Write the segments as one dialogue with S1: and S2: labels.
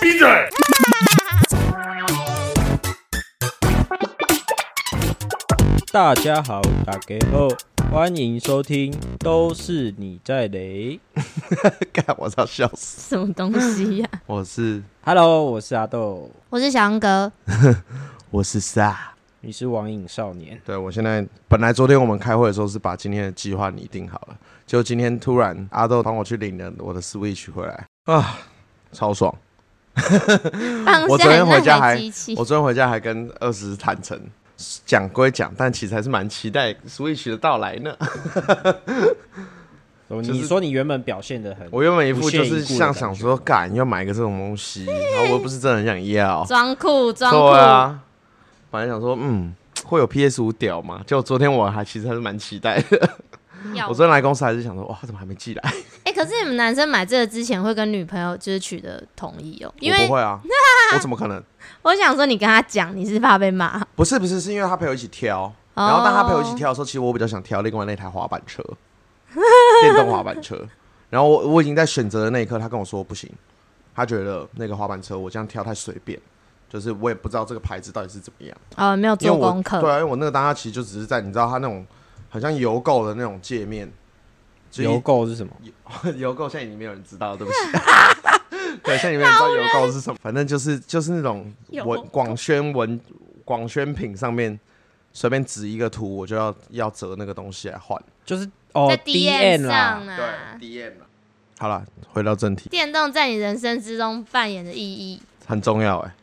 S1: 闭嘴！
S2: 大家好，打给后，欢迎收听，都是你在雷。
S3: 干，我操，笑死！
S4: 什么东西呀、
S3: 我是
S2: Hello，我是阿豆，
S4: 我是小杨哥，
S3: 我是萨。
S2: 你是网瘾少年，
S3: 对，我现在本来昨天我们开会的时候是把今天的计划拟定好了，结果今天突然阿豆帮我去领了我的 Switch 回来啊，超爽！
S4: 放
S3: 我昨
S4: 下
S3: 天回
S4: 那
S3: 家
S4: 台
S3: 还
S4: 机器
S3: 我，昨天回家还跟二十坦诚。讲归讲，但其实还是蛮期待 Switch 的到来呢。
S2: 哦
S3: 就是
S2: 你说你原本表现的很，
S3: 我原本一
S2: 不
S3: 副
S2: 屑
S3: 就
S2: 一顾的
S3: 是像
S2: 感觉
S3: 想说，干要买个这种东西，然后我又不是真的很想要，
S4: 装酷装酷，
S3: 对啊，本来想说，嗯，会有 PS 五屌吗？结果昨天我还其实还是蛮期待的。
S4: 要
S3: 我昨天来公司还是想说，哇，怎么还没寄来？
S4: 哎、可是你们男生买这个之前会跟女朋友就是取得同意哦，因
S3: 我
S4: 为
S3: 不会 啊，我怎么可能？
S4: 我想说你跟他讲，你是怕被骂，
S3: 不是不是，是因为他陪我一起挑，
S4: 哦
S3: 然后当他陪我一起挑的时候，其实我比较想挑另外那台滑板 车，电动滑板车。然后我我已经在选择的那一刻，他跟我说不行，他觉得那个滑板车我这样挑太随便，就是我也不知道这个牌子到底是怎么样。
S4: 哦，没有
S3: 因
S4: 做
S3: 为我
S4: 功课，
S3: 对啊，因为我那个当下其实就只是在你知道他那种好像邮购的那种界面，所以
S2: 邮购是什么？
S3: 邮购现在已经没有人知道了，对不 起。对，现在你没有人知道邮购是什么，反正就是就是那种
S4: 邮
S3: 文广宣文广宣品上面随便指一个图，我就要要折那个东西来换。
S2: 就是哦
S3: 啊
S4: 在
S2: DN 啦
S4: 上，啊，
S3: ，D M 好了，回到正题，
S4: 电动在你人生之中扮演的意义，
S3: 很重要哎、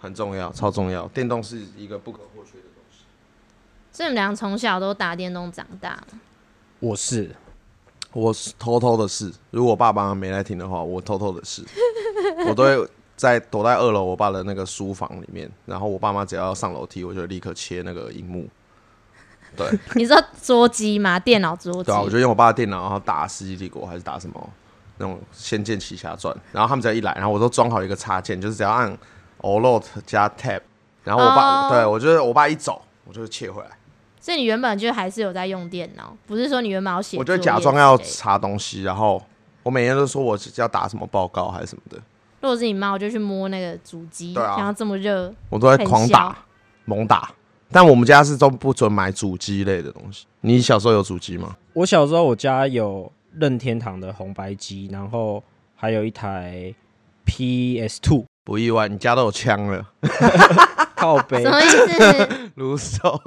S3: 很重要，超重要。电动是一个不可或缺的东西。
S4: 所以你们俩从小都打电动长大嘛，
S2: 我是
S3: 我是偷偷的试，如果我爸爸没来听的话，我偷偷的试，我都会在躲在二楼我爸的那个书房里面，然后我爸妈只要上楼梯，我就立刻切那个荧幕。对，啊
S4: 你说桌机吗？电脑桌机
S3: 对啊，，我就用我爸的电脑，然后打《世纪帝国》还是打什么那种《仙剑奇侠传》，然后他们只要一来，然后我都装好一个插件，就是只要按 Alt 加 Tab，然后我爸、
S4: 哦
S3: 对我就是我爸一走，我就切回来。
S4: 所以你原本就还是有在用电脑，不是说你原本要写
S3: 我
S4: 作业之类
S3: 就
S4: 的，
S3: 假装要查东西，然后我每天都说我要打什么报告还是什么的，
S4: 如果是你妈，我就去摸那个主机，
S3: 对啊
S4: 然后这么热，
S3: 我都在狂
S4: 很
S3: 打
S4: 小、
S3: 猛打。但我们家是都不准买主机类的东西。你小时候有主机吗？
S2: 我小时候我家有任天堂的红白机，然后还有一台 PS Two
S3: 不意外，你家都有枪了。
S2: 靠 背
S4: 什，么意思？
S3: 泸州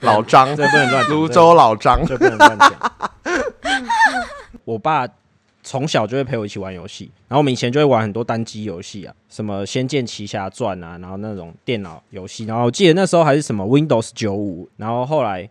S3: 老张，
S2: 这不能乱讲
S3: 泸州老张，
S2: 就不能乱讲。 我爸从小就会陪我一起玩游戏，然后我们以前就会玩很多单机游戏啊，什么《仙剑奇侠传》啊，然后那种电脑游戏，然后我记得那时候还是什么 Windows 九五，然后后来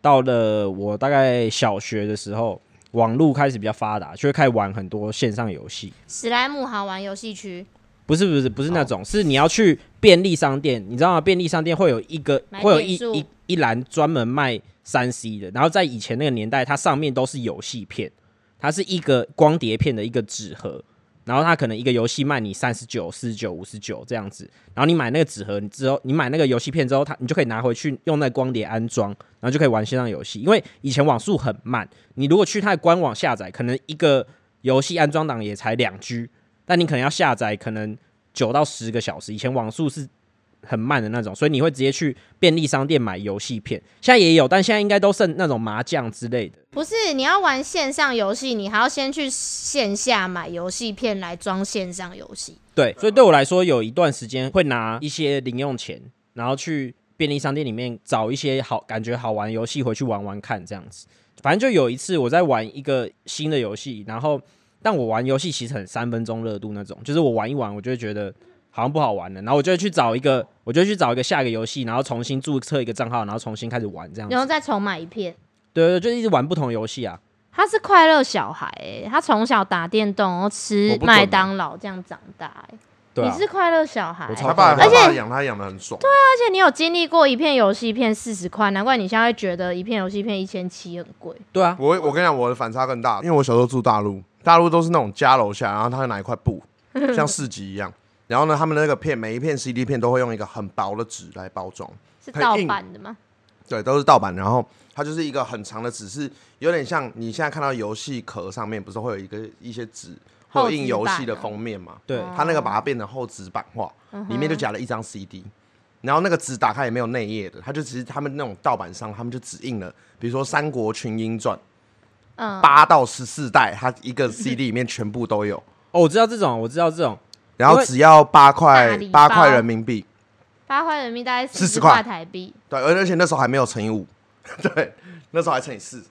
S2: 到了我大概小学的时候，网络开始比较发达，就会开始玩很多线上游戏。
S4: 史莱姆好玩游戏区，
S2: 不是不是不是那种，是你要去便利商店，你知道吗？便利商店会有一个
S4: 买
S2: 会有
S4: 点
S2: 一
S4: 数
S2: 一一栏专门卖三 C 的，然后在以前那个年代，它上面都是游戏片，它是一个光碟片的一个纸盒，然后它可能一个游戏卖你三十九、四十九、五十九这样子，然后你买那个纸盒你之后，你买那个游戏片之后，它你就可以拿回去用那个光碟安装，然后就可以玩线上游戏。因为以前网速很慢，你如果去它的官网下载，可能一个游戏安装档也才两 G，但你可能要下载可能九到十个小时。以前网速是很慢的那种，所以你会直接去便利商店买游戏片。现在也有，但现在应该都剩那种麻将之类的。
S4: 不是你要玩线上游戏，你还要先去线下买游戏片来装线上游戏。
S2: 对，所以对我来说，有一段时间会拿一些零用钱，然后去便利商店里面找一些好感觉好玩游戏回去玩玩看，这样子。反正就有一次我在玩一个新的游戏，然后但我玩游戏其实很三分钟热度那种，就是我玩一玩，我就会觉得好像不好玩了，然后我就会去找一个，我就会去找一个下一个游戏，然后重新注册一个账号，然后重新开始玩这样子
S4: 然。后再重买一片。
S2: 对对，对就一直玩不同游戏啊。
S4: 他是快乐小孩、欸，他从小打电动，然后
S3: 我
S4: 吃
S3: 不准
S4: 麦当劳这样长大、欸。
S2: 对啊
S4: 你，是快乐小孩，
S2: 我超
S3: 他爸
S2: 而
S3: 他
S2: 且
S3: 爸养他养的很爽。
S4: 而且你有经历过一片游戏片四十块，难怪你现在会觉得一片游戏片一千七很贵。
S2: 对啊，
S3: 我我跟你讲，我的反差更大，因为我小时候住大陆，大陆都是那种家楼下，然后他会拿一块布，像市集一样。然后呢，他们那个片每一片 CD 片都会用一个很薄的纸来包装，
S4: 是
S3: 很
S4: 盗
S3: 硬
S4: 版的吗？
S3: 对，都是盗版。然后它就是一个很长的纸，是有点像你现在看到游戏壳上面不是会有一个一些纸，会有印游戏
S4: 啊
S3: 的封面
S4: 哦
S3: 嘛？
S2: 对，
S3: 它那个把它变成厚纸板化，
S4: 嗯
S3: 里面就夹了一张 CD，然后那个纸打开也没有内页的，它就只是他们那种盗版商，他们就只印了，比如说《三国群英传》
S4: 嗯，
S3: 八到十四代，它一个 CD 里面全部都有，
S2: 哦，我知道这种，我知道这种，
S3: 然后只要八
S4: 大
S3: 块
S4: 礼包
S3: 八块人民币，
S4: 八块人民币大概
S3: 40
S4: 块
S3: 块
S4: 台币，
S3: 对，而而且那时候还没有乘以五，对，那时候还乘以四。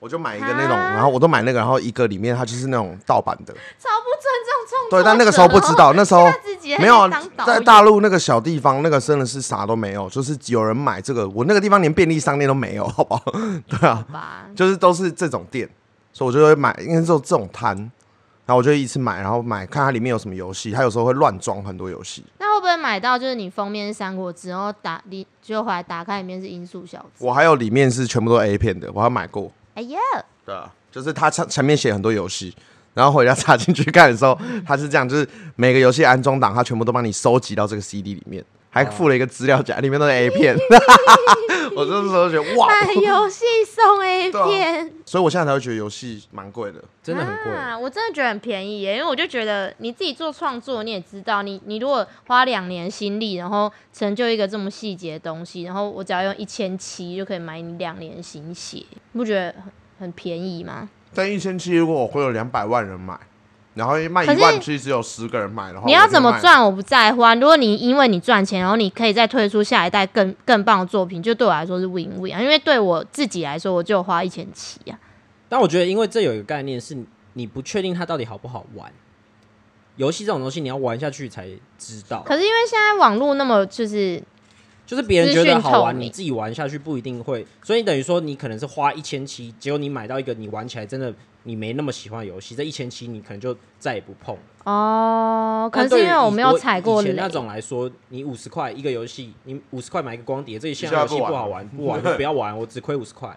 S3: 我就买一个那种，
S4: 啊
S3: 然后我都买那个，然后一个里面它就是那种盗版
S4: 超
S3: 的，
S4: 不尊重创作
S3: 对，但那个时候不知
S4: 者哦，
S3: 道，那时候
S4: 他自己还
S3: 没有啊
S4: 当导
S3: 在
S4: 游
S3: 大陆那个小地方，那个真的是啥都没有，就是有人买这个，我那个地方连便利商店都没有，好 不好？对啊，
S4: 吧？
S3: 就是都是这种店，所以我就会买，因为只有这种摊，然后我就一次买，然后买看它里面有什么游戏，它有时候会乱装很多游戏，
S4: 那会不会买到就是你封面是三国志，然后打你就回来打开里面是音速小子？
S3: 我还有里面是全部都 A 片的，我还买过，
S4: 哎呀，
S3: 对啊，就是它前前面写很多游戏。然后回家插进去看的时候，它是这样，就是每个游戏安装档，它全部都帮你收集到这个 CD 里面，还附了一个资料夹，里面都是 A 片。 我那时候就觉得哇，
S4: 买 游哎戏送 A
S3: 对啊
S4: 片，
S3: 所以我现在才会觉得游戏蛮贵的。
S2: 真的很贵。
S4: 啊！我真的觉得很便宜耶，因为我就觉得你自己做创作，你也知道，你你如果花两年心力，然后成就一个这么细节的东西，然后我只要用一千七就可以买你两年心血，你不觉得很很便宜吗？
S3: 但一千七如果我会有两百万人买，然后卖
S4: 可是
S3: 一万七只有十个人买的话，
S4: 你
S3: 我
S4: 要
S3: 就
S4: 怎么
S3: 卖？
S4: 赚我不在乎、啊。如果你因为你赚钱，然后你可以再推出下一代更更棒的作品，就对我来说是 win win 啊。因为对我自己来说，我就花一千七啊。
S2: 但我觉得，因为这有一个概念是，你不确定它到底好不好玩。游戏这种东西，你要玩下去才知道。
S4: 可是因为现在网络那么就是
S2: 就是别人
S4: 资
S2: 觉
S4: 讯
S2: 得好
S4: 透
S2: 玩，
S4: 明
S2: 你自己玩下去不一定会。所以等于说，你可能是花一千七，结果你买到一个你玩起来真的你没那么喜欢的游戏，这一千七你可能就再也不碰。
S4: 哦，可
S2: 但
S4: 是
S2: 对于
S4: 因为我没有
S2: 以
S4: 踩过
S2: 以
S4: 雷
S2: 前那种来说，你五十块一个游戏，你五十块买一个光碟，这一项
S3: 现在
S2: 游戏
S3: 不玩
S2: 不好玩，不玩就不要玩，我只亏五十块。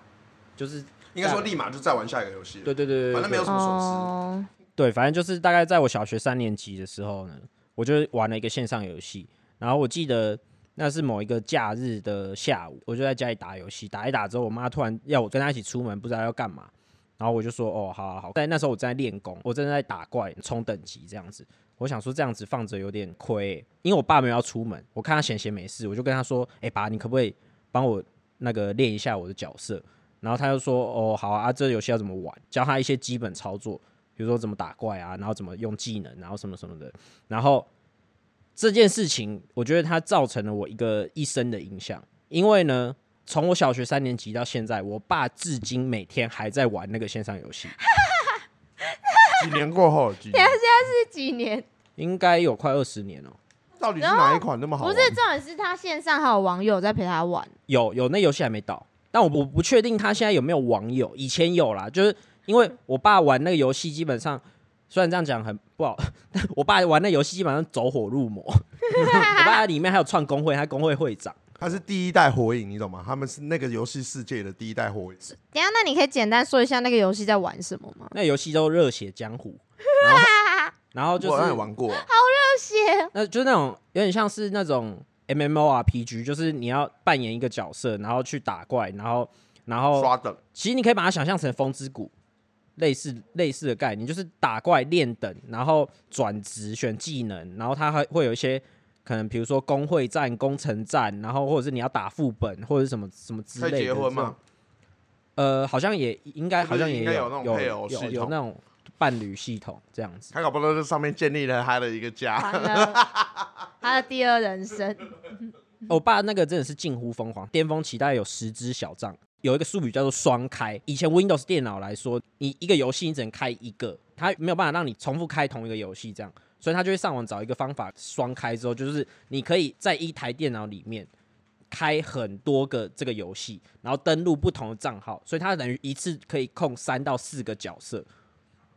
S2: 就是
S3: 应该说立马就再玩下一个游戏。
S2: 对对对对，
S3: 反正没有
S2: 对
S3: 什么损失
S4: 哦
S2: 对，反正就是大概在我小学三年级的时候呢，我就玩了一个线上游戏，然后我记得那是某一个假日的下午，我就在家里打游戏，打一打之后，我妈突然要我跟她一起出门，不知道要干嘛，然后我就说哦，好好好，但那时候我正在练功，我正在打怪冲等级这样子。我想说这样子放着有点亏欸、因为我爸没有要出门，我看他闲闲没事，我就跟他说：“哎、爸，你可不可以帮我那个练一下我的角色？”然后他就说：“哦，好啊，啊这游戏要怎么玩？教他一些基本操作，比如说怎么打怪啊，然后怎么用技能，然后什么什么的。然后这件事情，我觉得它造成了我一个一生的影响，因为呢，从我小学三年级到现在，我爸至今每天还在玩那个线上游戏，
S3: 几年过后，几
S4: 等一
S3: 年
S4: 下，现在是几年？
S2: 应该有快二十年了、
S3: 到底是哪一款那么好
S4: 不
S3: 玩？
S4: 是，重点是他线上还有网友在陪他玩。
S2: 有有那游戏还没到，但我不我不确定他现在有没有网友，以前有啦，就是因为我爸玩那个游戏，基本上虽然这样讲很不好， 但我爸玩那游戏基本上走火入魔， 我爸里面还有创工会，他工会会长。
S3: 它是第一代火影，你懂吗？他们是那个游戏世界的第一代火影。
S4: 等一下，那你可以简单说一下那个游戏在玩什么吗？
S2: 那游戏叫《热血江湖》，然后就
S3: 我好像
S2: 是
S3: 也玩过，
S4: 热 血
S2: 那就是那种有点像是那种 MMORPG，就是你要扮演一个角色，然后去打怪，然后然后
S3: 刷等
S2: 其实你可以把它想象成《风之谷》类似类似的概念，就是打怪练等，然后转职选技能，然后它还会有一些。可能比如说工会战、工程战，然后或者是你要打副本或者是什么什么之
S3: 可
S2: 类的。
S3: 以结婚吗？？
S2: 呃，好像也应该
S3: 是不
S2: 好
S3: 是
S2: 像也
S3: 应该有
S2: 有
S3: 那种
S2: 有
S3: 配偶系
S2: 有有
S3: 统
S2: 那种伴侣系统这样子。
S3: 他搞不好在这上面建立了他的一个家。
S4: 完了，他的第二人生。
S2: 我爸那个真的是近乎疯狂，巅峰期大概有十只小账，有一个术语叫做双开。以前 Windows 电脑来说，你一个游戏你只能开一个，它没有办法让你重复开同一个游戏这样，所以他就会上网找一个方法，双开之后就是你可以在一台电脑里面。开很多个这个游戏，然后登录不同的账号，所以他等于一次可以控三到四个角色，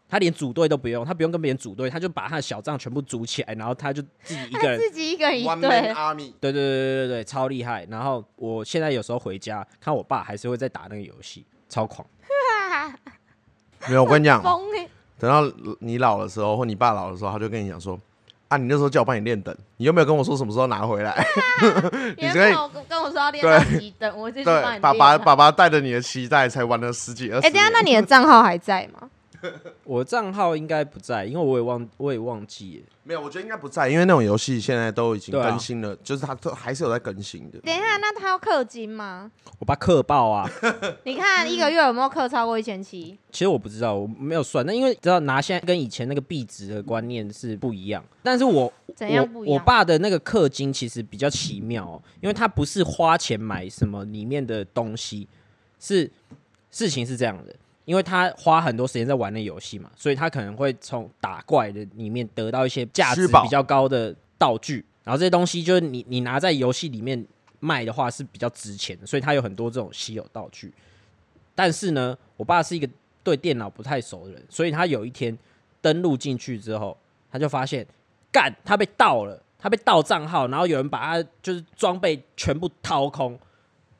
S2: 他连组队都不用，他不用跟别人组队，他就把他的小账全部组起来，然后他就自己一 个人
S4: 自己一个人一
S3: One Man
S4: 队，
S3: Army，
S2: 对对对对对，超厉害。然后我现在有时候回家看我爸还是会在打那个游戏，超狂。
S3: 没有，我跟你 讲，
S4: 疯哎！
S3: 等到你老的时候，或你爸老的时候，他就跟你讲说：“啊，你那时候叫我帮你练等，你又没有跟我说什么时候拿 回来。你
S4: 原
S3: 可以
S4: 本我跟跟我说要练
S3: 对
S4: 到几等，我就去帮你
S3: 对，
S4: 练啊
S3: 爸爸
S4: 到
S3: 爸爸带着你的期待才玩了十几二
S4: 哎、
S3: 十
S4: 等一下，
S3: 年。
S4: 那你的账号还在吗？
S2: 我账号应该不在，因为我也忘我也忘记了。
S3: 没有，我觉得应该不在，因为那种游戏现在都已经
S2: 对啊
S3: 更新了，就是它都还是有在更新的。
S4: 等一下，那他要氪金吗？
S2: 我把氪爆啊！
S4: 你看一个月有没有氪超过一千七？
S2: 其实我不知道，我没有算。那因为知道拿现在跟以前那个币值的观念是不一样，但是我
S4: 怎样不
S2: 我
S4: 一
S2: 我
S4: 样？
S2: 爸的那个氪金其实比较奇妙、哦，因为他不是花钱买什么里面的东西，是事情是这样的，因为他花很多时间在玩那游戏嘛，所以他可能会从打怪的里面得到一些价值
S3: 吃饱
S2: 比较高的道具，然后这些东西就是你你拿在游戏里面卖的话是比较值钱的，所以他有很多这种稀有道具。但是呢，我爸是一个对电脑不太熟的人，所以他有一天登录进去之后，他就发现干他被盗了，他被盗账号，然后有人把他就是装备全部掏空，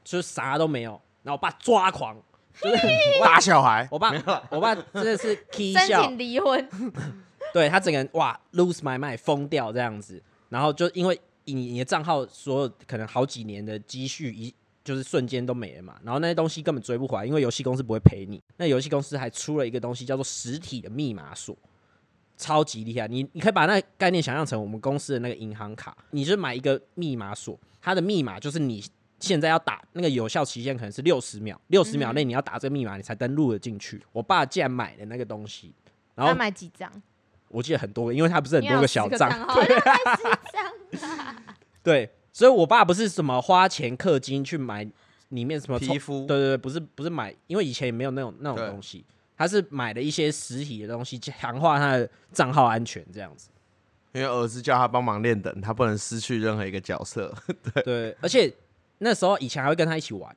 S2: 就是啥都没有。然后我爸抓狂，就是我爸
S3: 打小孩，
S2: 我爸我爸真的是 k
S4: 申
S2: 笑
S4: 请，离婚，
S2: 对他整个人哇 lose my mind 疯掉这样子，然后就因为你你的账号所有可能好几年的积蓄一就是瞬间都没了嘛，然后那些东西根本追不回来，因为游戏公司不会赔你。那游戏公司还出了一个东西叫做实体的密码锁，超级厉害。你你可以把那个概念想象成我们公司的那个银行卡，你就买一个密码锁，它的密码就是你现在要打那个有效期限可能是六十秒，六十秒内你要打这个密码你才登录了进去。我爸竟然买了那个东西，然后
S4: 他买几张？
S2: 我记得很多个，因为它不是很
S4: 你
S2: 多
S4: 有
S2: 个
S4: 十
S2: 小
S4: 个
S2: 账，
S4: 账啊号，他买十张啊。
S2: 对，所以我爸不是什么花钱氪金去买里面什么
S3: 皮
S2: 充
S3: 肤
S2: 对对对，不是不是买，因为以前也没有那种那种
S3: 对
S2: 东西，他是买了一些实体的东西，强化他的账号安全这样子。
S3: 因为儿子叫他帮忙练等，他不能失去任何一个角色。
S2: 对，而且那时候以前还会跟他一起玩，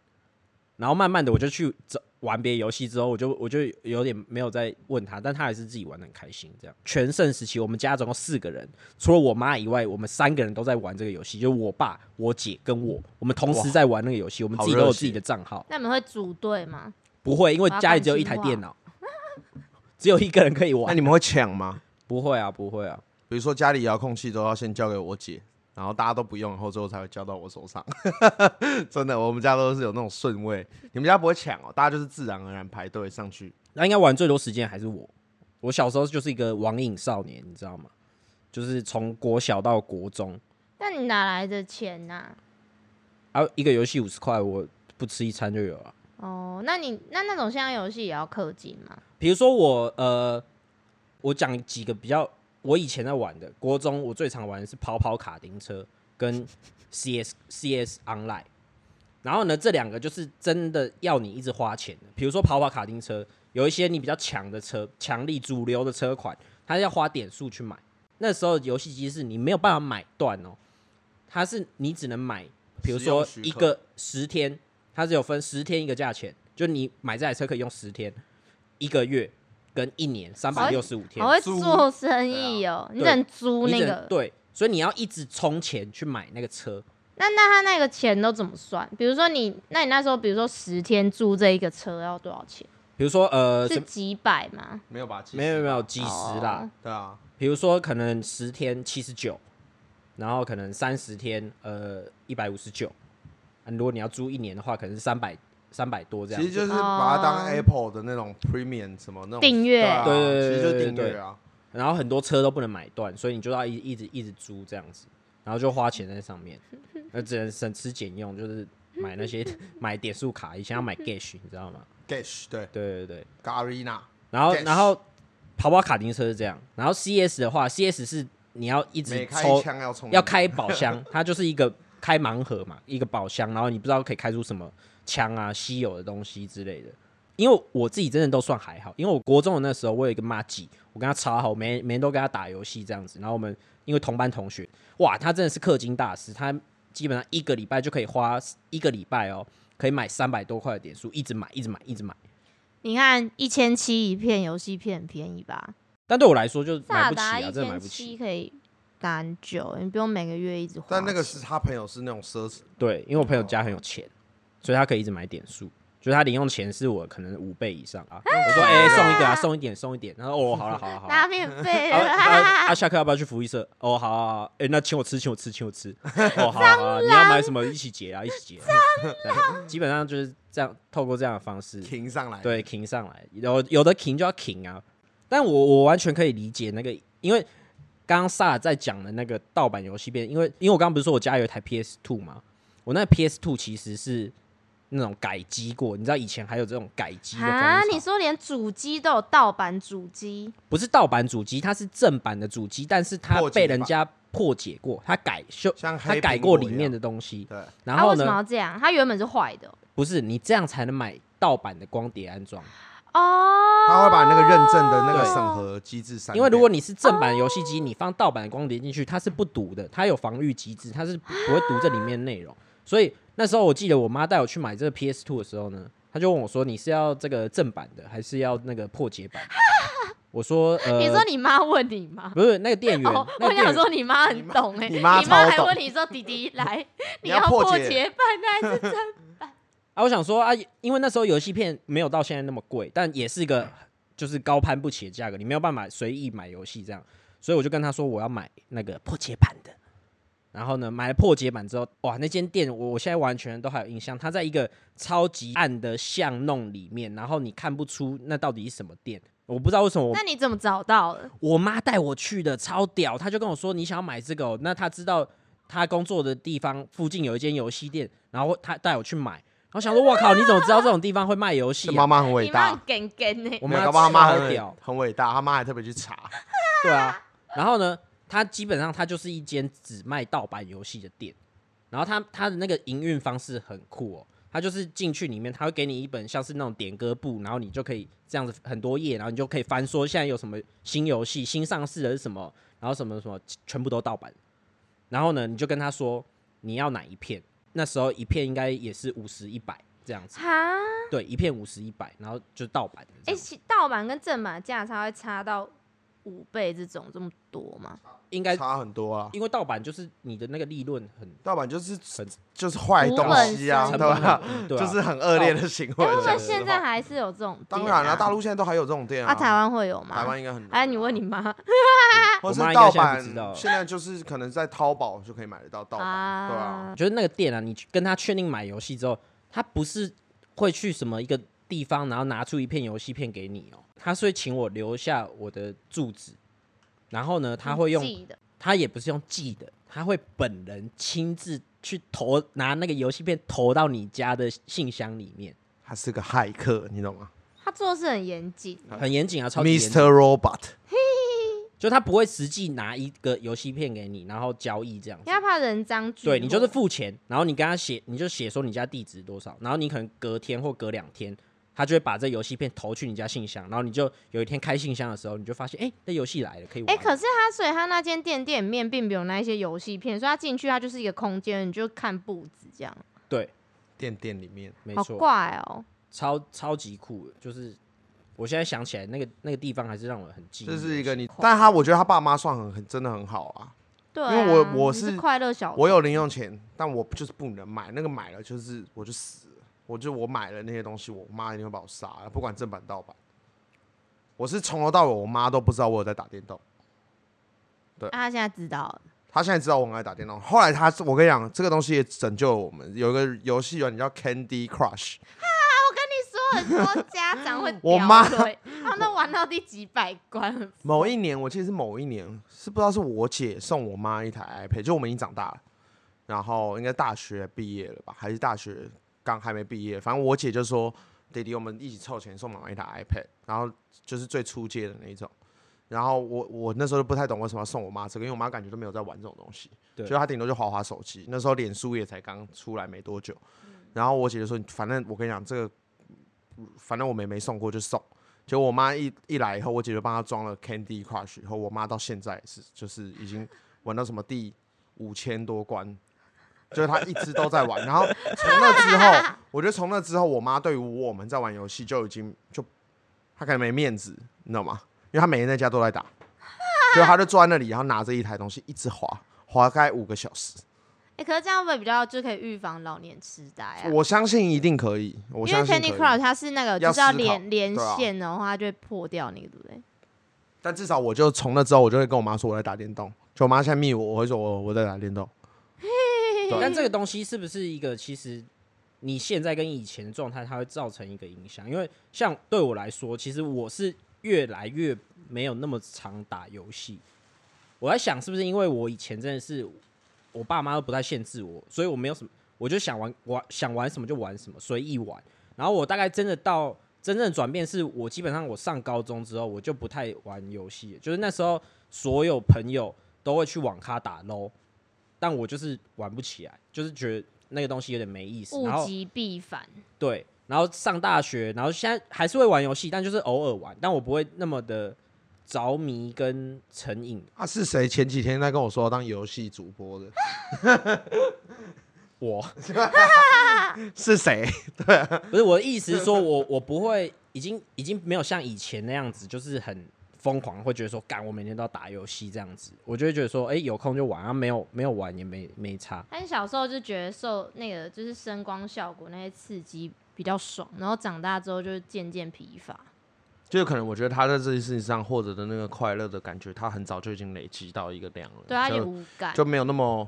S2: 然后慢慢的我就去走玩别的游戏之后，我就我就有点没有再问他，但他还是自己玩的很开心。这样全盛时期，我们家总共四个人，除了我妈以外，我们三个人都在玩这个游戏，就是我爸、我姐跟我，我们同时在玩那个游戏，我们
S3: 好
S2: 自己都有
S3: 热
S2: 自己
S3: 血
S2: 的账号，
S4: 那你们会组队吗？
S2: 不会，因为
S4: 我要
S2: 家里
S4: 看
S2: 只有一
S4: 清
S2: 台
S4: 楚啊
S2: 电 脑，只有一个人可以
S3: 那
S2: 玩。
S3: 你们会抢吗？
S2: 不会啊，不会啊，
S3: 比如说家里遥控器都要先交给我姐，然后大家都不用，然后最后才会交到我手上。 真的，我们家都是有那种顺位，你们家不会抢哦，大家就是自然而然排队上去。
S2: 那应该玩最多时间还是我。我小时候就是一个网瘾少年，你知道吗？就是从国小到国中，
S4: 那你哪来的钱呐、
S2: 啊，一个游戏五十块，我不吃一餐就有了。
S4: 哦，那你那那种线上游戏也要氪金吗？
S2: 比如说我呃，我讲几个比较我以前在玩的，国中我最常玩的是跑跑卡丁车跟 CS CS Online。然后呢，这两个就是真的要你一直花钱的。比如说跑跑卡丁车，有一些你比较强的车、强力主流的车款，它要花点数去买。那时候游戏机是你没有办法买断哦，它是你只能买，比如说
S3: 使用
S2: 一
S3: 许可
S2: 个十天，它是有分十天一个价钱，就你买这台车可以用十天、一个月跟一年三百六十五天
S4: 哦我，会
S3: 租
S4: 做生意哦、你只能租
S2: 啊你
S4: 那
S2: 只能
S4: 个。
S2: 对，所以你要一直充钱去买那个车。
S4: 那那他那个钱都怎么算？比如说你，那你那时候比如说十天租这一个车要多少钱？
S2: 比如说呃，
S4: 是
S2: 什么
S4: 几百吗？
S3: 没有吧？其实
S2: 没有没有，几十啦，
S4: 哦
S3: 对啊，
S2: 比如说可能十天七十九，然后可能三十天呃一百五十九，啊如果你要租一年的话，可能是三百三百多这样
S3: 其
S2: 子。
S3: 实就是把它当
S4: 哦
S3: Apple 的那种 Premium 什么那种
S4: 订阅
S3: 对啊
S2: 对对对
S3: 其实就是
S2: 对
S3: 订
S2: 对
S3: 阅啊。
S2: 然后很多车都不能买断，所以你就要一一直一直租这样子，然后就花钱在 上面，那只能省吃俭用，就是买那些 买点数卡，以前要买 Gash，你知道吗？
S3: Gash 对
S2: 对对对，
S3: ，Garena
S2: 然后
S3: Gash
S2: 然后跑跑卡丁车是这样，然后 CS 的话，CS 是你要一直
S3: 每开
S2: 抽
S3: 一枪要充
S2: 要开宝 箱，它就是一个开盲盒嘛，一个宝箱，然后你不知道可以开出什么枪啊、稀有的东西之类的。因为我自己真的都算还好，因为我国中的那时候，我有一个妈吉，我跟他超好，每每天都跟他打游戏这样子。然后我们因为同班同学，哇，他真的是氪金大师，他基本上一个礼拜就可以花一个礼拜哦，可以买三百多块的点数，一直买，一直买，一直买。
S4: 你看一千七一片游戏片很便宜吧？
S2: 但对我来说，就是买
S4: 萨
S2: 不起
S4: 达
S2: 啊，
S4: 一
S2: 真的买
S4: 千
S2: 不起
S4: 七。可以打很久，你不用每个月一直花。
S3: 但那个是他朋友是那种奢侈，
S4: 哦
S2: 对，因为我朋友家很有钱，所以他可以一直买点数。就是他零用钱是我可能五倍以上啊。我说哎、送一个啊，送一点，送一点。他说哦，好了好了好了。
S4: 拿免费
S2: 啊
S4: 的，
S2: 啊啊！下课要不要去福利社？哦，好好好，哎、那请我吃，请我吃，请我吃。哦，好好好，你要买什么一起结啊，一起结。 对基本上就是这样，透过这样的方式，
S3: 停上来，
S2: 对，停上来，有有的停就要停啊。但我我完全可以理解那个，因为刚刚萨尔在讲的那个盗版游戏变，因为因为我刚刚不是说我家有一台 PS Two 嘛，我那 PS Two 其实是那种改机过，你知道以前还有这种改机的风潮，
S4: 啊！你说连主机都有盗版主机，
S2: 不是盗版主机，它是正版的主机，但是它
S3: 破解
S2: 被人家破解过，它改修，
S3: 像
S2: 它
S3: 黑
S2: 改
S3: 苹
S2: 过
S3: 果
S2: 里
S3: 一
S2: 面
S3: 样
S2: 的东西，
S3: 对，
S2: 然
S4: 他
S2: 后
S4: 啊为什么
S2: 呢，
S4: 要这样？他原本是坏的
S2: 不是你这样才能买盗版的光碟安装。
S4: 哦。
S3: 他会把那个认证的那个
S2: 对
S3: 审核机制删掉，
S2: 因为如果你是正版游戏机，你放盗版的光碟进去，它是不读的，它有防御机制，它是不会读这里面内容。所以那时候我记得我妈带我去买这个 PS Two 的时候呢，她就问我说：“你是要这个正版的，还是要那个破解版的？” 我说：“呃，
S4: 你说你妈问你吗？
S2: 不是那个店员，
S4: 哦，
S2: 那
S4: 我
S2: 个
S4: 想
S2: 店员
S4: 说你妈很懂哎、
S3: 你
S4: 妈
S3: 妈
S4: 还
S3: 超懂
S4: 问你说弟弟来，你
S3: 你要破
S4: 破
S3: 解
S4: 解版的还是真的？
S2: 啊，我想说啊，因为那时候游戏片没有到现在那么贵，但也是一个就是高攀不起的价格，你没有办法随意买游戏这样，所以我就跟他说我要买那个破解版的。然后呢，买了破解版之后，哇，那间店我我现在完全都还有印象，它在一个超级暗的巷弄里面，然后你看不出那到底是什么店，我不知道为什么我
S4: 那你怎么找到的？
S2: 我妈带我去的，超屌。她就跟我说你想要买这个、哦，那她知道她工作的地方附近有一间游戏店，然后她带我去买。然后想说，我靠，你怎么知道这种地方会卖游戏
S3: 这、
S2: 啊
S3: 妈？妈很伟
S4: 你妈
S3: 大
S4: 很，欸跟跟呢
S2: 我，
S3: 没有
S2: 妈
S3: 搞不好他妈
S2: 超
S3: 很
S2: 屌，
S3: 很伟大，他妈还特别去查，
S2: 对啊。然后呢，它基本上它就是一间只卖盗版游戏的店，然后它它的那个营运方式很酷哦。它就是进去里面，它会给你一本像是那种点歌簿，然后你就可以这样子很多页，然后你就可以翻说现在有什么新游戏、新上市的是什么，然后什么什么全部都盗版。然后呢，你就跟他说你要哪一片，那时候一片应该也是五十一百这样子，
S4: 哈，
S2: 对，一片五十一百，然后就盗版的这
S4: 哎、
S2: 样子。
S4: 其盗版跟正版价差会差到五倍这种这么多吗？
S2: 应该
S3: 差很多啊。
S2: 因为盗版就是你的那个利润很
S3: 盗版就是
S2: 很
S3: 就是坏东西啊，
S4: 无
S2: 成
S3: 对
S4: 本
S2: 本
S3: 吧？
S2: 很低， 对啊，
S3: 就是很恶劣的行为。
S4: 但
S3: 讲
S4: 我
S3: 实话
S4: 们现在还是有这种店、啊
S3: 当然了，大陆现在都还有这种店
S4: 啊，台湾会有吗？
S3: 台湾应啊该很多
S4: 哎，你问你 妈
S3: 或是
S2: 我妈应该
S3: 盗
S2: 现在
S3: 版
S2: 不知道，
S3: 现在就是可能在淘宝就可以买得到盗版，对啊，
S4: 啊？
S2: 就是那个店啊，你去跟他确定买游戏之后，他不是会去什么一个地方，然后拿出一片游戏片给你哦，他是会请我留下我的住址，然后呢，他会用，
S4: 记的，
S2: 他也不是用寄的，他会本人亲自去投拿那个游戏片投到你家的信箱里面，
S3: 他是个骇客，你懂吗
S4: 他做事很严谨。
S2: 很严谨啊，超级严谨
S3: ？Mr. Robot，
S2: 就他不会实际拿一个游戏片给你，然后交易这样子
S4: 因为。他怕人赃俱获。
S2: 对你就是付钱，然后你跟他写，你就写说你家地址多少，然后你可能隔天或隔两天，他就会把这游戏片投去你家信箱，然后你就有一天开信箱的时候，你就发现，哎、那游戏来了，可以玩。
S4: 哎、可是他，所以他那间店店里面并没有那一些游戏片，所以他进去他就是一个空间，你就看布置这样，
S2: 对，
S3: 店店里面
S2: 没
S4: 好
S2: 错，
S4: 怪哦、
S2: 超超级酷的，就是我现在想起来那个那个地方还是让我很记忆
S3: 这
S2: 犹新。
S3: 是一个你，但他我觉得他爸妈算很很真的很好啊。
S4: 对啊、
S3: 因为我我
S4: 你是
S3: 是
S4: 快乐小，
S3: 我有零用钱，但我就是不能买，那个买了就是我就死了，我就我买了那些东西，我妈一定会把我杀了，不管正版盗版。我是从头到尾，我妈都不知道我有在打电动，
S4: 啊、他现在知 道了，
S3: 她现在知道我很爱打电动。后来她，我跟你讲，这个东西也拯救了我们。有一个游戏软件叫 Candy Crush，
S4: 我跟你说，很多家长会
S3: 我
S4: 屌
S3: 妈
S4: 腿他们都玩到第几百关，
S3: 某一年，我记得是某一年，是不知道是我姐送我妈一台 iPad，就我们已经长大了，然后应该大学毕业了吧，还是大学刚还没毕业，反正我姐就说：“弟弟，我们一起凑钱送妈妈一台 iPad。”然后就是最初阶的那一种。然后我我那时候就不太懂为什么要送我妈这个，因为我妈感觉都没有在玩这种东西，
S2: 对
S3: 就她顶多就滑滑手机。那时候脸书也才刚出来没多久，然后我姐就说：“反正我跟你讲，这个反正我们也没送过，就送。”结果我妈一一来以后，我姐就帮她装了 Candy Crush，以后我妈到现在也是就是已经玩到什么第五千多关，就是她一直都在玩。然后从那之后，我觉得从那之后，我妈对于我们在玩游戏就已经就她可能没面子，你知道吗？因为她每天在家都在打，就她就坐在那里，然后拿着一台东西一直滑，滑开五个小时。
S4: 哎、欸可是这样会不会比较就可以预防老年痴呆啊？
S3: 我相信一定可以，我
S4: 因为
S3: 相信可
S4: Candy
S3: 以。
S4: Crush 它是那个
S3: 要
S4: 就是要
S3: 思考
S4: 连连
S3: 对啊
S4: 线的话，它就会破掉那个，对不对？
S3: 但至少我就从那之后，我就会跟我妈说我在打电动。就我妈现在密我，我会说我我在打电动。对啊
S2: 但这个东西是不是一个其实你现在跟以前的状态，它会造成一个影响？因为像对我来说，其实我是越来越没有那么常打游戏。我在想，是不是因为我以前真的是我爸妈都不太限制我，所以我没有什么，我就想玩玩想玩什么就玩什么，随意玩。然后我大概真的到真正的转变，是我基本上我上高中之后，我就不太玩游戏了，就是那时候所有朋友都会去网咖打 LO，但我就是玩不起来，就是觉得那个东西有点没意思。然
S4: 物
S2: 后
S4: 极必反，
S2: 对，然后上大学，然后现在还是会玩游戏，但就是偶尔玩，但我不会那么的着迷跟成瘾。
S3: 啊，是谁前几天在跟我说要当游戏主播的？
S2: 我
S3: 是谁？
S2: 不是我的意思是说我，我不会，已经已经没有像以前那样子，就是很疯狂，会觉得说，干我每天都要打游戏这样子，我就会觉得说，哎、有空就玩啊，没有没有玩也没没差。
S4: 但是小时候就觉得受那个就是声光效果那些刺激比较爽，然后长大之后就渐渐疲乏。
S3: 就是可能我觉得他在这件事情上获得的那个快乐的感觉，他很早就已经累积到一个量了。
S4: 对啊他有点
S3: 就
S4: 无感，
S3: 就没有那么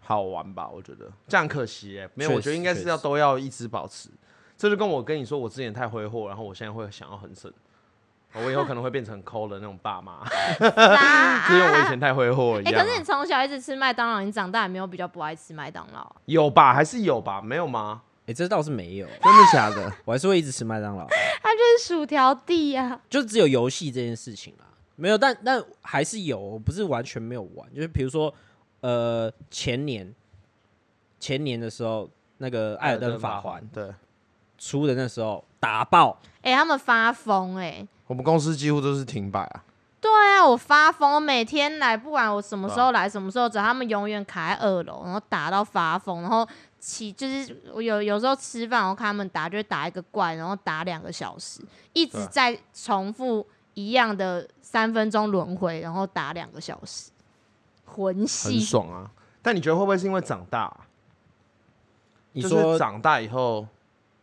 S3: 好玩吧？我觉得这样可惜耶、没有，
S2: 确实
S3: 我觉得应该是要
S2: 确实
S3: 都要一直保持。这就跟我跟你说，我之前太挥霍，然后我现在会想要 很省。我以后可能会变成很抠的那种爸妈，
S4: 啊
S3: 就因为我以前太挥霍一
S4: 哎、
S3: 样啊、
S4: 可是你从小一直吃麦当劳，你长大也没有比较不爱吃麦当劳啊、
S3: 有吧？还是有吧？没有吗？
S2: 哎、这倒是没有，
S3: 真的假的？
S2: 我还是会一直吃麦当劳，
S4: 它就是薯条地啊。
S2: 就只有游戏这件事情啦，没有，但但还是有，我不是完全没有玩，就是比如说，呃，前年前年的时候，那个《艾尔登法环》
S3: 对，
S2: 出的那时候打爆。
S4: 哎、他们发疯哎、
S3: 我们公司几乎都是停摆啊。
S4: 对啊，我发疯，我每天来，不管我什么时候来，什么时候走，他们永远卡在二楼，然后打到发疯，然后起就是我有有时候吃饭，我看他们打，就打一个怪，然后打两个小时，一直
S3: 对
S4: 在重复一样的三分钟轮回，然后打两个小时，魂
S3: 很
S4: 系
S3: 爽啊。但你觉得会不会是因为长大、啊
S2: 你
S3: 就
S2: 说
S3: 是，长大以后，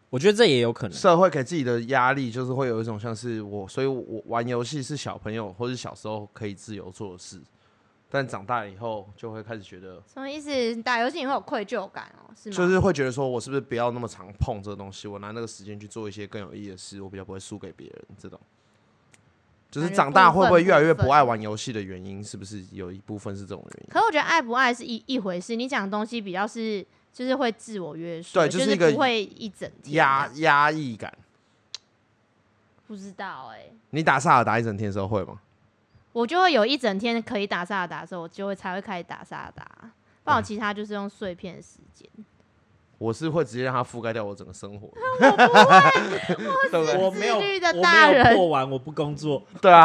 S2: 我觉得这也有可能。
S3: 社会给自己的压力就是会有一种像是我，所以我玩游戏是小朋友或是小时候可以自由做的事，但长大以后就会开始觉得，
S4: 什么意思？打游戏你会有愧疚感哦，是吗？
S3: 就是会觉得说我是不是不要那么常碰这个东西，我拿那个时间去做一些更有意义的事，我比较不会输给别人这种。就是长大会不会越来越不爱玩游戏的原因，是不是有一部分是这种原因？
S4: 可我觉得爱不爱是一一回事，你讲的东西比较是就是会自我约束，
S3: 对
S4: 就
S3: 就是一个
S4: 不会一整天
S3: 压
S4: 这样
S3: 压抑感，
S4: 不知道哎、
S3: 你打萨尔达一整天的时候会吗？
S4: 我就会有一整天可以打萨尔达的时候，我就会才会开始打萨尔达，不
S3: 嗯
S4: 然我其他就是用碎片的时间。
S3: 我是会直接让它覆盖掉我整个 生活的，
S2: 对 不对我
S4: 自律的大人
S2: 破完，我不工作。
S3: 对啊，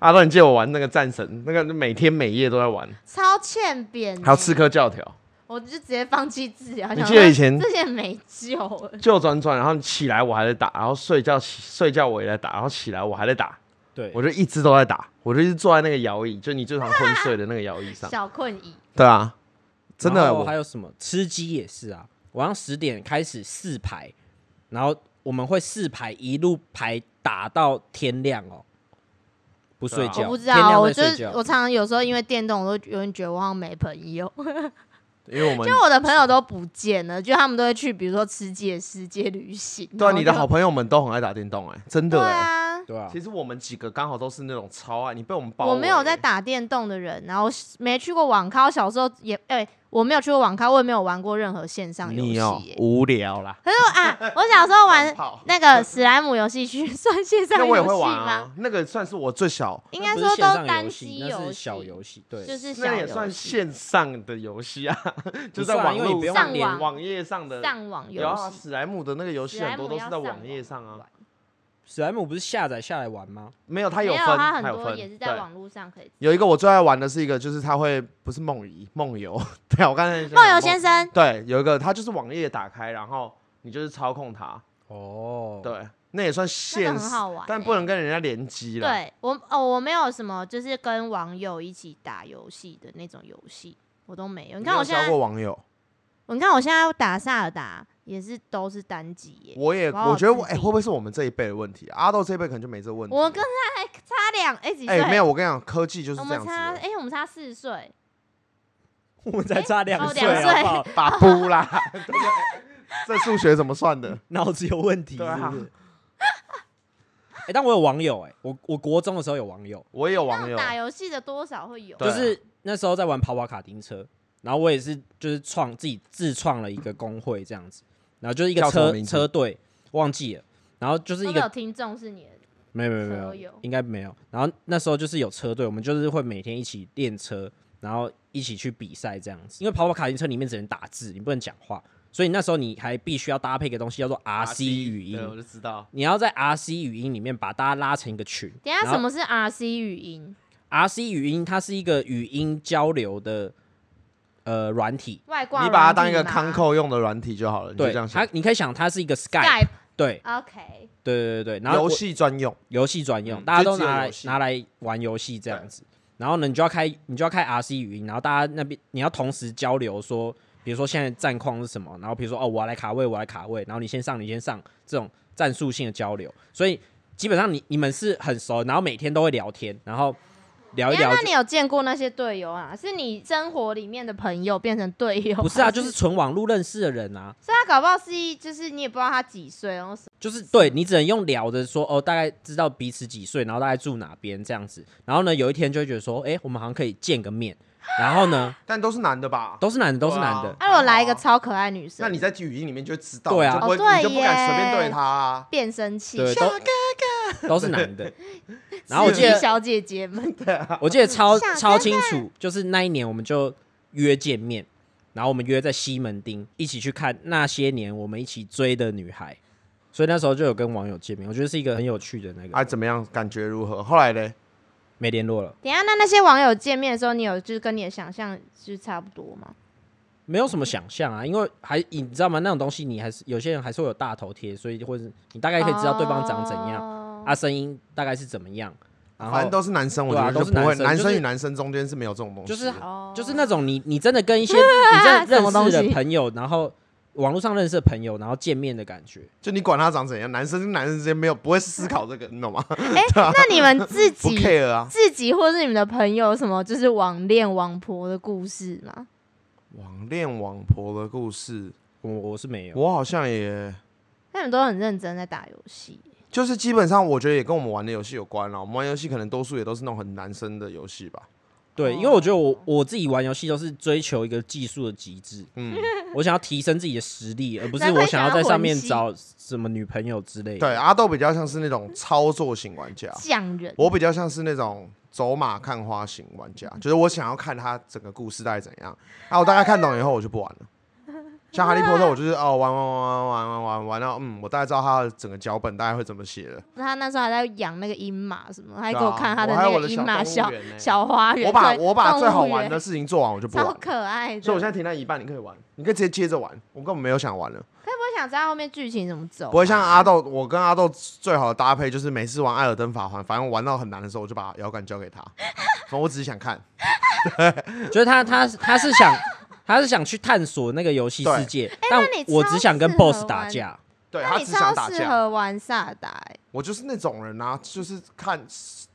S3: 阿乐，你借我玩那个战神，那个每天每夜都在玩，
S4: 超欠扁、欸，
S3: 还有刺客教条，
S4: 我就直接放弃治疗。
S3: 你
S4: 想
S3: 记得
S4: 说
S3: 以前
S4: 这些没救了，
S3: 就转转，然后起来我还在打，然后睡觉起睡觉我也在打，然后起来我还在打，
S2: 对，
S3: 我就一直都在打，我就一直坐在那个摇椅，就你最常昏睡的那个摇 椅上，
S4: 小困椅。
S3: 对啊，真的
S2: 然后
S3: 我
S2: 还有什么吃鸡也是啊，晚上十点开始四排，然后我们会四排一路排打到天亮哦，不
S3: 啊
S2: 睡觉，
S4: 我不知
S2: 天
S4: 道，啊
S2: 亮
S4: 我
S2: 在
S4: 就
S2: 睡
S4: 是我
S2: 觉。
S4: 常常有时候因为电动，我都有点觉得我好像没朋友，
S3: 因为我们
S4: 因为我的朋友都不见了，就他们都会去，比如说吃鸡的世界旅行。
S3: 对啊，
S4: 然后
S3: 你的
S4: 就
S3: 好朋友们都很爱打电动、哎，真的
S4: 对
S3: 哎、
S4: 啊，
S2: 对啊
S3: 其，实我们几个刚好都是那种超爱你被我们包围，
S4: 我没有在打电动的人，然后没去过网咖，我小时候也哎、我没有去过网咖，我也没有玩过任何线上游戏
S3: 你哦、
S4: 耶、
S3: 无聊啦，
S4: 可是我 啊，我小时候玩
S3: 跑
S4: 那个史莱姆游戏区 算线上
S3: 那
S4: 游
S3: 我也
S4: 戏
S3: 会玩
S4: 吗？
S3: 啊，那个算是我最小
S4: 应该
S2: 那不
S4: 说
S2: 是线上
S4: 都单
S2: 游
S4: 机
S2: 戏，
S4: 游戏，
S2: 那是小游戏，对，
S4: 就是小
S3: 那
S4: 游
S3: 也
S4: 戏
S3: 算线上的游戏啊， 就
S2: 不
S3: 在
S2: 算啊
S3: 网
S2: 因为你
S3: 络
S2: 不用
S4: 上
S2: 连
S4: 网
S3: 网页上的。
S4: 上网游
S3: 有啊，
S4: 戏。
S3: 史莱姆的那个游
S4: 史
S3: 戏
S4: 莱
S3: 很
S4: 姆
S3: 多都
S4: 要
S3: 是在网
S4: 网
S3: 页上啊
S4: 玩，，
S2: 史莱姆不是下载下来玩吗？
S3: 没有它
S4: 没有
S3: 分，
S4: 它很
S3: 它有
S4: 多
S3: 分，
S4: 也是
S3: 对
S4: 在网络上可以。
S3: 有一个我最爱玩的是一个，就是它会不是梦遗梦游， 对啊，我刚才想
S4: 梦游先生，
S3: 对，有一个它就是网页打开，然后你就是操控它，
S2: 哦，，
S3: 对，那也算
S4: 那
S3: 现
S4: 个很
S3: 实，
S4: 好玩欸、
S3: 但不能跟人家联机了。
S4: 对我哦，我没有什么就是跟网友一起打游戏的那种游戏，我都没有。你看我现
S3: 交
S4: 在
S3: 过网友，
S4: 你看我现在打萨尔达也是都是单机耶，
S3: 我也
S4: 我好
S3: 我觉得我
S4: 自
S3: 哎、
S4: 闭
S3: 会不会是我们这一辈的问题啊、阿豆这一辈可能就没这问题。
S4: 我跟他还差两哎几
S3: 哎、
S4: 岁？
S3: 没有，我跟你讲，科技就是
S4: 我
S3: 这样
S4: 们
S3: 子
S4: 差
S3: 的，
S4: 哎我们差四岁，
S2: 我们才差两
S4: 哦
S2: 岁，
S4: 两岁
S2: 好不 好？
S3: 把布啦， 这数学怎么算的？
S2: 脑子有问题是
S3: 对啊
S2: 不是？哎，但我有网友哎，我我国中的时候有网友，
S3: 我也有
S4: 那
S3: 网
S4: 种
S3: 友，
S4: 打游戏的多少会有，
S3: 对
S2: 就
S3: 啊
S2: 是那时候在玩跑跑卡丁车，然后我也是就是创自己自创了一个工会这样子，然后就是一个
S3: 叫什么
S2: 车
S3: 名字
S2: 车队忘记了，然后就是
S4: 会
S2: 一
S4: 不会有
S2: 个
S4: 听众是你的？
S2: 没有没有没
S4: 哦车
S2: 有
S4: 友，
S2: 应该没有。然后那时候就是有车队，我们就是会每天一起练车，然后一起去比赛这样子。因为跑跑卡丁车里面只能打字，你不能讲话，所以那时候你还必须要搭配一个东西叫做 RC 语
S3: 对我
S2: 音。
S3: 就知道。
S2: 你要在 RC 语音里面把大家拉成一个群。
S4: 等一下
S2: 然后
S4: 什么是 RC 语音？
S2: RC 语音它是一个语音交流的呃软体，
S4: 外挂软
S3: 你
S4: 体吗，
S3: 把它当一个康扣用的软体就好了，你就
S2: 对
S3: 这样
S2: 它
S3: 想。
S2: 你可以想它是一个 Skype，
S4: Skype
S2: 对
S4: OK，
S2: 对对对对，然后
S3: 游
S2: 我
S3: 戏专用，
S2: 游戏专用，
S3: 嗯
S2: 大家
S3: 就
S2: 都
S3: 只有
S2: 拿来
S3: 游戏
S2: 拿来玩游戏这样子。然后呢，你就要开你就要开 RC 语音，然后大家那边你要同时交流说，比如说现在战况是什么，然后比如说哦我要来卡位，我要来卡位，然后你先上你先上这种战术性的交流。所以基本上你你们是很熟，然后每天都会聊天，然后聊一
S4: 等一下
S2: 聊
S4: 哎那。你有见过那些队友啊？是你生活里面的朋友变成队友？
S2: 不是啊，
S4: 还
S2: 就是纯网络认识的人啊，
S4: 所以他搞不好是一，就是你也不知道他几岁，然后什么
S2: 就是对你只能用聊的说哦，大概知道彼此几岁，然后大概住哪边这样子。然后呢，有一天就会觉得说，哎、我们好像可以见个面。然后呢，
S3: 但都是男的吧？
S2: 都是男的，都是男
S3: 对
S2: 的
S4: 啊，
S3: 啊。
S4: 如果来一个超可爱女生，
S3: 那你在语音里面就会知道，
S2: 对啊
S3: 你就不会，
S4: 哦对
S3: 你就不敢随便
S4: 耶
S3: 对他啊。
S4: 变声器，
S2: 对，
S4: 像
S2: 都都是男的。然后我
S4: 刺
S2: 记
S4: 激
S2: 得
S4: 小姐姐们，
S2: 我记得超
S4: 小
S2: 超清楚，就是那一年我们就约见面，然后我们约在西门町一起去看《那些年我们一起追的女孩》，所以那时候就有跟网友见面，我觉得是一个很有趣的那个。
S3: 啊，怎么样？感觉如何？后来嘞，
S2: 没联络了，
S4: 等一下那那些网友见面的时候，你有就是跟你的想象就是差不多吗？
S2: 没有什么想象啊，因为还你知道吗？那种东西你还是有些人还是会有大头贴，所以或者是你大概可以知道对方长怎样，
S4: 哦
S2: 啊，声音大概是怎么样，然
S3: 反正
S2: 后
S3: 都是男生，我
S2: 对啊
S3: 觉得
S2: 都
S3: 就是不会，
S2: 男生
S3: 男
S2: 就是
S3: 生与男生中间是没有这种东西的，
S2: 就是
S4: 哦
S2: 啊就是那种你你真的 跟一些你真的
S4: 什么东
S2: 认识
S4: 西
S2: 的朋友，然后网络上认识的朋友，然后见面的感觉。
S3: 就你管他长怎样，男生跟男生之间没有不会思考这个，你 懂吗？
S4: 哎，
S2: 啊
S4: 那你们自
S3: 不
S4: 己
S3: care 啊。
S4: 自己或是你们的朋友有什么就是网恋网婆的故事吗？
S3: 网恋网婆的故事，
S2: 我我是没有，
S3: 我好像也
S4: 那你们都很认真在打游戏，
S3: 就是基本上，我觉得也跟我们玩的游戏有关啊了。我们玩游戏可能多数也都是那种很男生的游戏吧。
S2: 对，
S3: 哦
S2: 因为我觉得我我自己玩游戏都是追求一个技术的极致，
S3: 嗯，
S2: 我想要提升自己的实力，而不是
S4: 难怪
S2: 我想要
S4: 想要
S2: 在上
S4: 混
S2: 面
S4: 戏
S2: 找什么女朋友之类的。
S3: 对，啊阿豆比较像是那种操作型玩家，
S4: 匠人。
S3: 哦我比较像是那种走马看花型玩家，就是我想要看他整个故事大概怎样。啊，我大概看懂以后我就不玩了。像哈利波特，我就是哦玩玩玩玩玩玩玩玩到嗯，我大概知道他的整个脚本大概会怎么写了。
S4: 那他那时候还在养那个鹰马什么，还
S3: 对
S4: 给
S3: 啊
S4: 我看他的
S3: 我还有
S4: 那
S3: 我
S4: 个
S3: 的
S4: 鹰
S3: 小
S4: 马
S3: 动物
S4: 小
S3: 园呢
S4: 小花园。
S3: 我把
S4: 对
S3: 我把
S4: 动
S3: 最好
S4: 物
S3: 玩
S4: 园
S3: 的事情做完，我就不玩
S4: 超
S3: 了。
S4: 可爱的。
S3: 所以我现在停在一半，你可以玩，你可以直接接着玩。我根本没有想玩了，
S4: 我想知道后面剧情怎么走啊、
S3: 不会像阿豆，我跟阿豆最好的搭配就是每次玩《艾尔登法环》，反正玩到很难的时候，我就把摇杆 交给他。反正我只是想看，
S2: 就是他他他是想他是想去探索那个游戏世
S3: 对
S2: 界，
S4: 哎那
S2: 但
S4: 你
S2: 我
S4: 超
S2: 只想跟
S4: 适合
S2: BOSS 打
S4: 玩
S2: 架。
S3: 对
S4: 那
S3: 他
S4: 你
S3: 只想打
S4: 超适
S3: 架。
S4: 合玩萨达、欸，
S3: 我就是那种人啊，就是看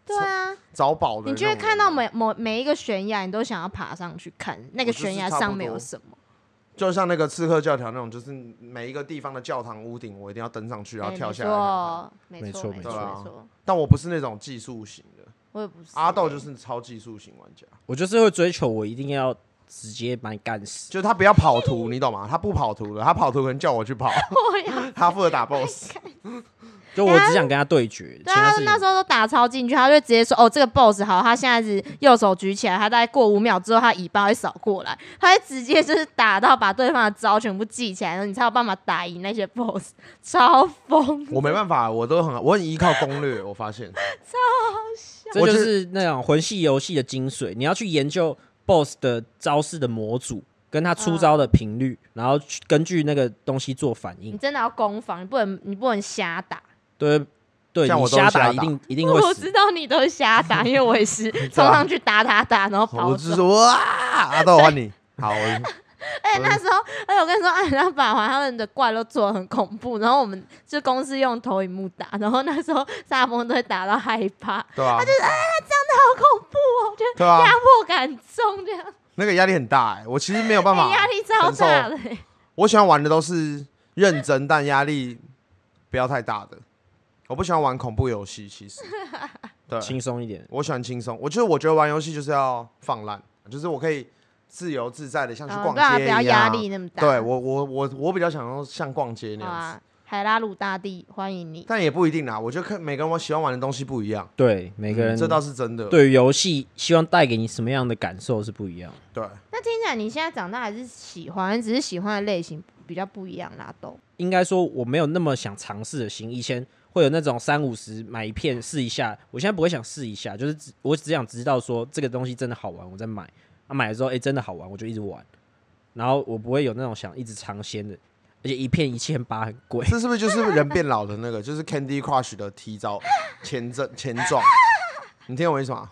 S4: 对啊，
S3: 找宝的
S4: 你
S3: 那种人啊。
S4: 就会看到每某每一个悬崖，你都想要爬上去看那个
S3: 我就是
S4: 悬崖
S3: 差不
S4: 上面有
S3: 多
S4: 什么。
S3: 就像那个刺客教条那种，就是每一个地方的教堂屋顶，我一定要登上去，然后
S4: 哎
S3: 跳下来看看。
S4: 没
S2: 没
S4: 错，
S2: 错
S4: 没
S2: 没
S4: 错，
S3: 错
S4: 没错。
S3: 但我不是那种技术型的，
S4: 我也不是、
S3: 啊阿豆
S4: 欸
S3: 就是超技术型玩家，
S2: 我就是会追求我一定要直接把你干死。
S3: 就是他不要跑图，你懂吗？他不跑图了，他跑图可能叫我去跑，
S4: 我要
S3: 他负责打 BOSS。
S2: 就我只想跟他对决，其
S4: 啊对啊，
S2: 他
S4: 他
S2: 事
S4: 那
S2: 情
S4: 时候都打超进去，他就直接说：“哦，这个 boss 好，他现在是右手举起来，他大概过五秒之后，他尾巴会扫过来，他会直接就是打到把对方的招全部记起来，然后你才有办法打赢那些 boss，超 疯！
S2: 嗯
S3: 我没办法，我都很我很依靠攻略。我发现，
S2: 这
S3: 我
S2: 就是是那种魂系游戏的精髓。你要去研究 BOSS 的招式的模组，跟他出招的频率，然后去根据那个东西做反
S4: 你
S2: 应。
S4: 真的要攻防，你不能你不能瞎打。
S2: 对对，
S3: 像
S2: 你
S3: 我都是瞎
S2: 打
S3: 打
S2: 一定一 定
S4: 我
S2: 会
S4: 知
S2: 死。啊
S4: 道你都是瞎打，因为 我也是冲上去打打打，然后跑
S3: 我
S4: 走。
S3: 就啊是哇，阿豆我换你。好，我
S4: 而哎且那时候，而且我跟你说， 哎，那百环他们的怪都做的很恐怖，然后我们就公司用投影幕打，然后那时候沙风都会打到害怕， 哎
S3: 对吧、
S4: 好恐怖哦，就
S3: 对啊
S4: 压迫感重这样，
S3: 那个压力很大哎、我其实没有办
S4: 哎
S3: 法，
S4: 压力超大的、哎
S3: 我喜欢玩的都是认真但压力不要太大的，我不喜欢玩恐怖游戏。其 实，对，
S2: 轻松一点。
S3: 我喜欢轻松。我就是我觉得玩游戏就是要放烂，就是我可以自由自在的，像去
S4: 哦
S3: 逛
S4: 对啊，不
S3: 街一
S4: 要
S3: 样。
S4: 压力那么大。
S3: 对我我我我比较想要像逛街那
S4: 好
S3: 样子，
S4: 啊，海拉鲁大帝欢迎你。
S3: 但也不一定啦。我觉得看每个人我喜欢玩的东西不一样，
S2: 对，每个人、
S3: 嗯这倒是真的。
S2: 对于游戏希望带给你什么样的感受是不一样。
S3: 对，
S4: 那听起来你现在长大还是喜欢，只是喜欢的类型比较不一样啦，都。
S2: 应该说我没有那么想尝试的心，以前会有那种三五十买一片试一下，我现在不会想试一下，就是只我只想知道说这个东西真的好玩，我再买。啊，买了之后，哎、真的好玩，我就一直玩。然后我不会有那种想一直尝鲜的，而且一片一千八很 贵。
S3: 这是不是就是人变老的那个，就是 Candy Crush 的提早前症前状？你听我意思吗？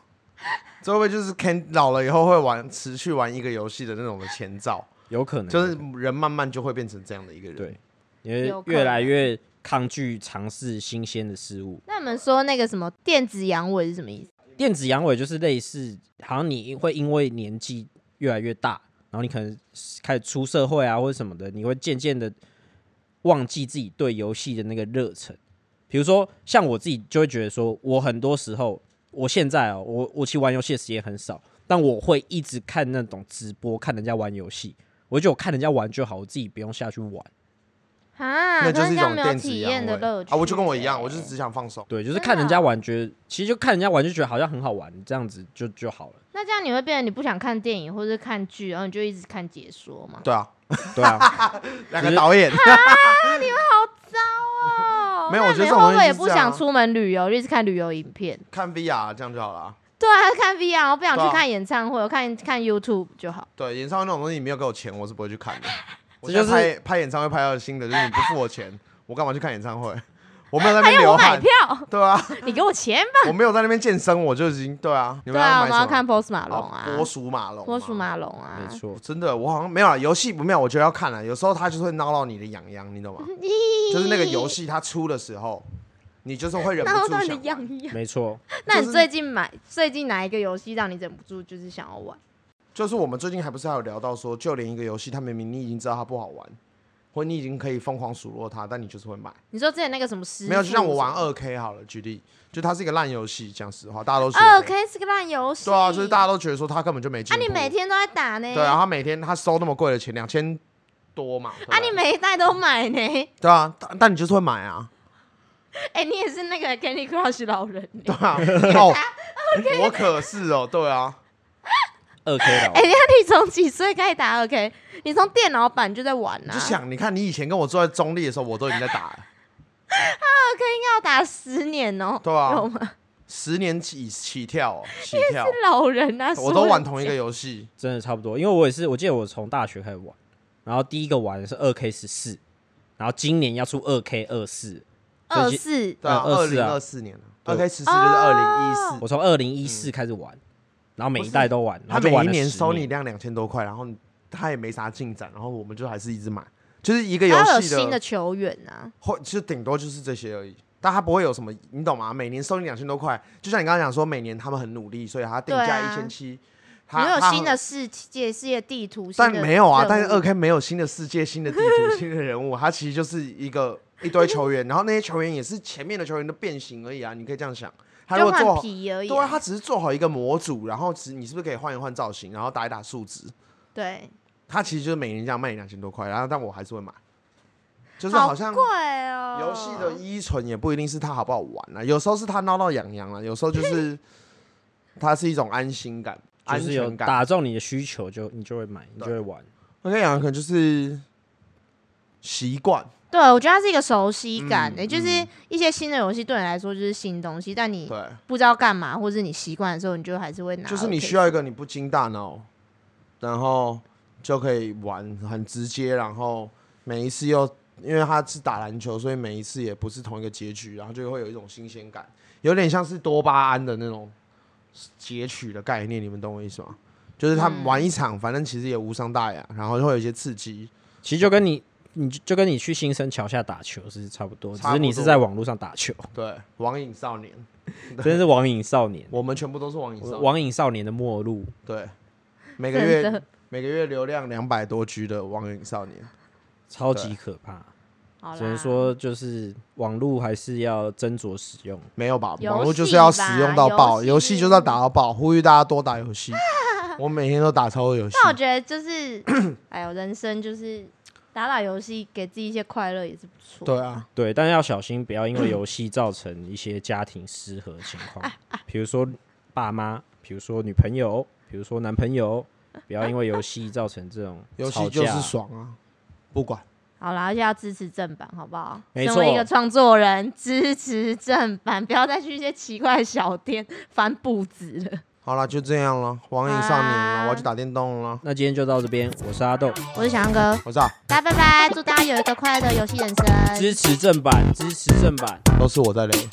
S3: 这会不会就是 Can 老了以后会玩持续玩一个游戏的那种的前兆？
S2: 有可能
S3: 就是人慢慢就会变成这样的一个人。
S2: 对，因为
S4: 有可能
S2: 越来越抗拒尝试新鲜的事物。
S4: 那你们说那个什么电子阳痿是什么意思？
S2: 电子阳痿就是类似，好像你会因为年纪越来越大，然后你可能开始出社会啊或者什么的，你会渐渐的忘记自己对游戏的那个热忱。比如说，像我自己就会觉得说，我很多时候，我现在哦，我我其实玩游戏的时间很少，但我会一直看那种直播，看人家玩游戏，我就觉得我看人家玩就好，我自己不用下去玩。
S4: 啊，
S3: 那就
S4: 可
S3: 是一
S4: 这样
S3: 种
S4: 没有
S3: 电子
S4: 体
S3: 阳
S4: 验的乐
S3: 痿
S4: 趣
S3: 啊！我就跟我一样，
S4: 欸
S3: 我就是只想放松。
S2: 对，就是
S4: 真的
S2: 看人家
S4: 哦
S2: 玩，觉得其实就看人家玩就觉得好像很好玩，这样子就就好了。
S4: 那这样你会变得你不想看电影或者是看剧，然后你就一直看解说嘛？
S3: 对啊，
S2: 对啊，
S3: 两个导演，
S4: 哦
S3: 没有
S4: 那
S3: 我觉得
S4: 你
S3: 这种
S4: 会不
S3: 东
S4: 会
S3: 西
S4: 也
S3: 是
S4: 不
S3: 这样
S4: 想
S3: 啊
S4: 出门旅游，就一直看旅游影片？
S3: 看 VR 这样就好了啊。
S4: 对啊，看 VR，我不想
S3: 对
S4: 去
S3: 啊
S4: 看演唱会，我看看 YouTube 就好。
S3: 对，演唱会那种东西，你没有给我钱，我是不会去看的。我
S2: 这就是
S3: 现在拍拍演唱会拍到新的，就是你不付我钱，我干嘛去看演唱会？ 我没有在那
S4: 还
S3: 边
S4: 有
S3: 流
S4: 我买
S3: 汗，
S4: 票，
S3: 对啊，
S4: 你给我钱 吧。
S3: 我没有在那边健身，我就已经对啊。你
S4: 对
S3: 们
S4: 啊，
S3: 要
S4: 我
S3: 买
S4: 们要
S3: 什
S4: 看
S3: 么？
S4: Post 马龙
S3: 哦
S4: 啊，
S3: 波叔马龙，
S4: 波叔。马龙啊
S2: 没，错。
S3: 真的，我好像没有啦游戏不妙，我觉得要看了。啊有时候它就是会挠到你的痒痒，你 懂吗？就是那个游戏它出的时候，你就是会忍不
S4: 那
S3: 住
S4: 我到
S3: 想
S4: 底
S3: 玩。
S4: 痒一痒。
S2: 没错，
S4: 那你
S3: 就是
S4: 最近买最近哪一个游戏让你忍不住就是想要玩？
S3: 就是我们最近还不是还有聊到说，就连一个游戏，它明明你已经知道它不好玩，或你已经可以疯狂数落它，但你就是会买。
S4: 你说之前那个什么师
S3: 没有，就
S4: 就
S3: 像我玩二 K 好了，举例，就它是一个烂游戏，讲实话，大家都觉得
S4: 二 K 是个烂游戏，
S3: 对啊，就是大家都觉得说它根本就没进
S4: 啊，
S3: 步。
S4: 你每天都在打呢，
S3: 对啊，他每天他收那么贵的钱，两千多嘛。对吧
S4: 啊，你每一代都买呢，
S3: 对啊，但但你就是会买啊，
S4: 哎，你也是那个 Candy Crush 老人呢，
S3: 对啊， 哦，我可是哦，对啊，
S2: 二 K 哦老
S4: 哎，那你从几岁开始打二 K？你从电脑版就在玩
S3: 你
S4: 啊，
S3: 就
S4: 二
S3: 想，你看你以前跟我坐在中立的时候，我都已经在打了，
S4: K 应该要打十年哦，
S3: 对啊
S4: 有吗？
S3: 十年起起跳哦，起跳，
S4: 老人啊，
S3: 我都玩
S4: 说
S3: 同一个游戏，
S2: 真的差不多，因为我也是，我记得我从大学开始玩，然后第一个玩的是二 K 十四，然后今年要出二 K 二四，
S4: 二四，
S3: 对啊，
S2: 嗯
S3: 二
S2: 24
S3: 零
S2: 啊
S3: 二四年了，
S2: 对
S3: 二 K 十四就是
S4: 哦
S3: 二零一四，
S2: 我从二零一四开始玩，然后每一代都玩，然
S3: 嗯他
S2: 后就
S3: 每
S2: 玩
S3: 一
S2: 了10
S3: 年收你量两千多块，然后他也没啥进展，然后我们就还是一直买，就是一个游
S4: 他有
S3: 戏
S4: 新的球员啊，
S3: 或就顶多就是这些而已。但他不会有什么，你懂吗？每年收你两千多块，就像你刚刚讲说，每年他们很努力，所以他定
S4: 对
S3: 价
S4: 啊
S3: 一千七。
S4: 你
S3: 他
S4: 啊有
S3: 他
S4: 新的世界世界地图，
S3: 但
S4: 新的
S3: 没有啊
S4: 任，务
S3: 但是二 K 没有新的世界、新的地图、新的人物， 他其实就是一个一堆球员，然后那些球员也是前面的球员的变形而已啊，你可以这样想。他如
S4: 就
S3: 果做
S4: 换
S3: 好，
S4: 皮而已
S3: 对啊，
S4: 啊，
S3: 他只是做好一个模组，然后只你是不是可以换一换造型，然后打一打数值？
S4: 对，
S3: 他其实就是每年这样卖你两千多块，然后但我还是会买，就是
S4: 好
S3: 好像
S4: 贵哦，
S3: 游戏的
S2: 嗯
S3: 依存也不一定是它好不好玩啊，有时候是它闹到痒痒啊，有时候就是 它是一种安心感、安
S2: 就是有
S3: 全感。
S2: 打中你的需求就你就会买，你就会玩。
S3: 我跟你讲，可能就是习惯，
S4: 对，我觉得它是一个熟悉感、
S3: 嗯
S4: 欸，就是一些新的游戏对你来说就是新东西，但你
S3: 对，
S4: 不知道干嘛，或者你习惯的时候，你就还是会拿。
S3: 就是你需
S4: 要，
S3: 要一个你不经大脑，然后就可以玩很直接，然后每一次又因为他是打篮球，所以每一次也不是同一个结局，然后就会有一种新鲜感，有点像是多巴胺的那种截取的概念，你们懂我意思吗？就是他
S4: 嗯
S3: 玩一场，反正其实也无伤大雅，然后就会有一些刺激。
S2: 其实就跟你，你就就跟你去新生桥下打球是差不多，只
S3: 差不
S2: 是
S3: 多
S2: 你是在网络上打 球，
S3: 对，网瘾少年，
S2: 真是网瘾少年，
S3: 我们全部都是网瘾少年。
S2: 网瘾少年的末路。
S3: 对，每个
S4: 真的
S3: 月每个月流量两百多 G 的网瘾少年，
S2: 超级可怕，
S4: 好啦，
S2: 只能说就是网络还是要斟酌使用。
S3: 没有吧？
S4: 游
S3: 网络就
S4: 戏
S3: 是
S4: 吧
S3: 要使用到爆，
S4: 游
S3: 游
S4: 戏
S3: 戏就是要打到爆，呼吁大家多打 游戏。我每天都打超多游戏，
S4: 但我觉得就是，哎呦，人生就是打打游戏，给自己一些快乐也是不错。
S3: 对啊，
S2: 对，但是要小心，不要因为游戏造成一些家庭失和情况，比如说爸妈，比如说女朋友，比如说男朋友，不要因为游戏造成这种
S3: 游
S2: 吵
S3: 戏就
S2: 架
S3: 是爽啊，不管。
S4: 好啦，而且要支持正版，好不好？
S2: 没
S4: 身为一
S2: 错
S4: 个创作人，支持正版，不要再去一些奇怪的小店翻簿子了。
S3: 好了，就这样了，网瘾少年
S4: 啊
S3: 了，我要去打电动了。
S2: 那今天就到这边，我是阿豆，
S4: 我是小杨哥，
S3: 我操，啊
S4: 大家拜拜，祝大家有一个快乐的游戏人生。
S2: 支持正版，支持正版。
S3: 都是我在累。